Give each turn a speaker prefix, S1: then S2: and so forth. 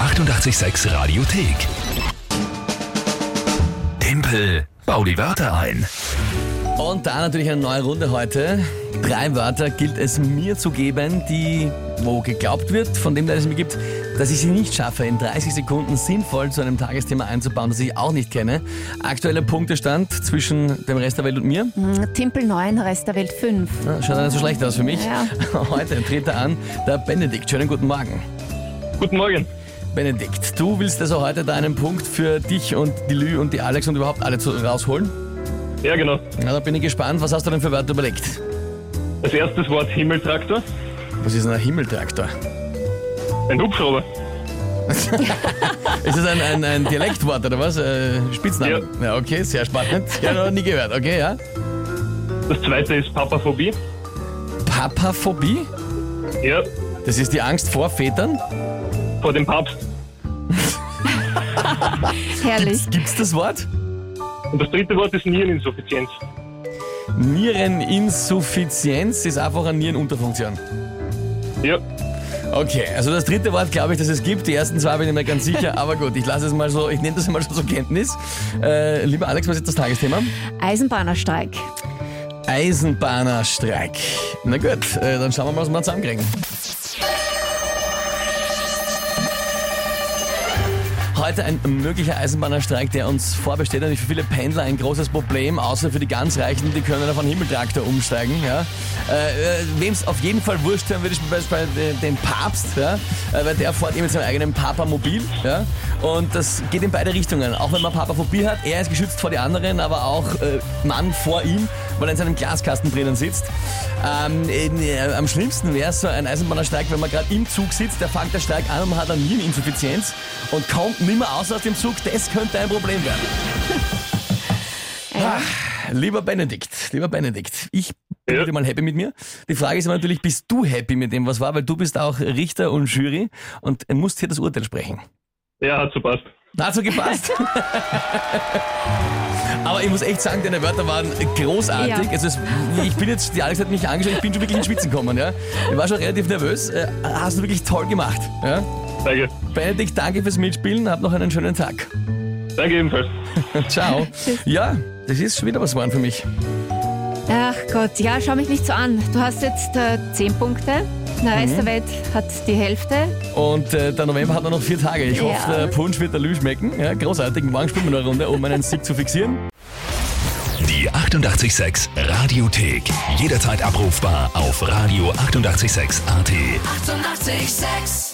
S1: 886 Radiothek. Tempel, bau die Wörter ein.
S2: Und da natürlich eine neue Runde heute. Drei Wörter gilt es mir zu geben, die, wo geglaubt wird, von dem, der es mir gibt, dass ich sie nicht schaffe, in 30 Sekunden sinnvoll zu einem Tagesthema einzubauen, das ich auch nicht kenne. Aktueller Punktestand zwischen dem Rest der Welt und mir.
S3: Timpel 9, Rest der Welt 5.
S2: Ja, Schaut nicht so schlecht aus für mich.
S3: Ja.
S2: Heute tritt er an, der Benedikt. Schönen guten Morgen.
S4: Guten Morgen.
S2: Benedikt, du willst also heute da einen Punkt für dich und die Lü und die Alex und überhaupt alle zu, rausholen?
S4: Ja, genau.
S2: Na, da bin ich gespannt. Was hast du denn für Wörter überlegt?
S4: Als erstes Wort Himmeltraktor,
S2: Was ist denn ein Himmeltraktor?
S4: ein Hubschrauber.
S2: Ist das ein, ein, ein Dialektwort oder was? Äh, Spitzname?
S4: Ja.
S2: Ja. okay, sehr spannend. Ich habe noch nie gehört. Okay, ja.
S4: Das zweite ist Papaphobie.
S2: Papaphobie?
S4: Ja,
S2: Das ist die Angst vor Vätern?
S4: vor dem Papst.
S3: Herrlich.
S2: Gibt's das Wort?
S4: Und das dritte Wort ist Niereninsuffizienz.
S2: Niereninsuffizienz ist einfach eine Nierenunterfunktion.
S4: Ja,
S2: Okay, also das dritte Wort glaube ich, dass es gibt. Die ersten zwei bin ich mir ganz sicher. Aber gut, ich lasse es mal so, ich nehme das mal so zur Kenntnis. Äh, lieber Alex, was ist das Tagesthema?
S3: Eisenbahnerstreik.
S2: Eisenbahnerstreik. Na gut, äh, dann schauen wir mal, was wir zusammenkriegen. Heute ein möglicher Eisenbahnerstreik, der uns vorbesteht. Natürlich für viele Pendler ein großes Problem, außer für die ganz Reichen, die können auf einen Himmeltraktor umsteigen. Ja. Äh, äh, Wem es auf jeden Fall wurscht sein würde, ist bei, bei äh, dem Papst, ja. äh, weil der fährt eben mit seinem eigenen Papamobil. Ja. Und das geht in beide Richtungen. Auch wenn man Papaphobie hat, er ist geschützt vor die anderen, aber auch äh, Mann vor ihm, weil er in seinem Glaskasten drinnen sitzt. Ähm, in, äh, am schlimmsten wäre so ein Eisenbahnerstreik, wenn man gerade im Zug sitzt, der fängt der Streik an und hat eine Niereninsuffizienz und kommt nimmer aus aus dem Zug. Das könnte ein Problem werden.
S3: Ja.
S2: Lieber Benedikt, lieber Benedikt, ich bin
S4: Ja.
S2: heute mal happy mit mir. Die Frage ist aber natürlich, bist du happy mit dem, was war? Weil du bist auch Richter und Jury und musst hier das Urteil sprechen.
S4: ja, hat so passt.
S2: Dazu gepasst. Aber ich muss echt sagen, deine Wörter waren großartig.
S3: Ja.
S2: Also es, ich bin jetzt, die Alex hat mich angeschaut, ich bin schon wirklich in Schwitzen gekommen. Ja? Ich war schon relativ nervös. Äh, Hast du wirklich toll gemacht. Ja?
S4: Danke.
S2: Benedikt, danke fürs Mitspielen. Hab noch einen schönen Tag.
S4: Danke ebenfalls.
S2: Ciao. ja, das ist schon wieder was geworden für mich.
S3: Ach Gott, ja, schau mich nicht so an. Du hast jetzt äh, 10 Punkte. Der
S2: Mhm.
S3: Rest der Welt hat die Hälfte.
S2: Und äh, der November hat nur noch vier Tage. Ich
S3: Ja.
S2: hoffe, der Punsch wird der Lü schmecken. Ja, großartig. Morgen spielen wir noch eine Runde, um einen Sieg zu fixieren.
S1: Die 886 Radiothek. Jederzeit abrufbar auf radio886.at. 886! 886.
S5: 886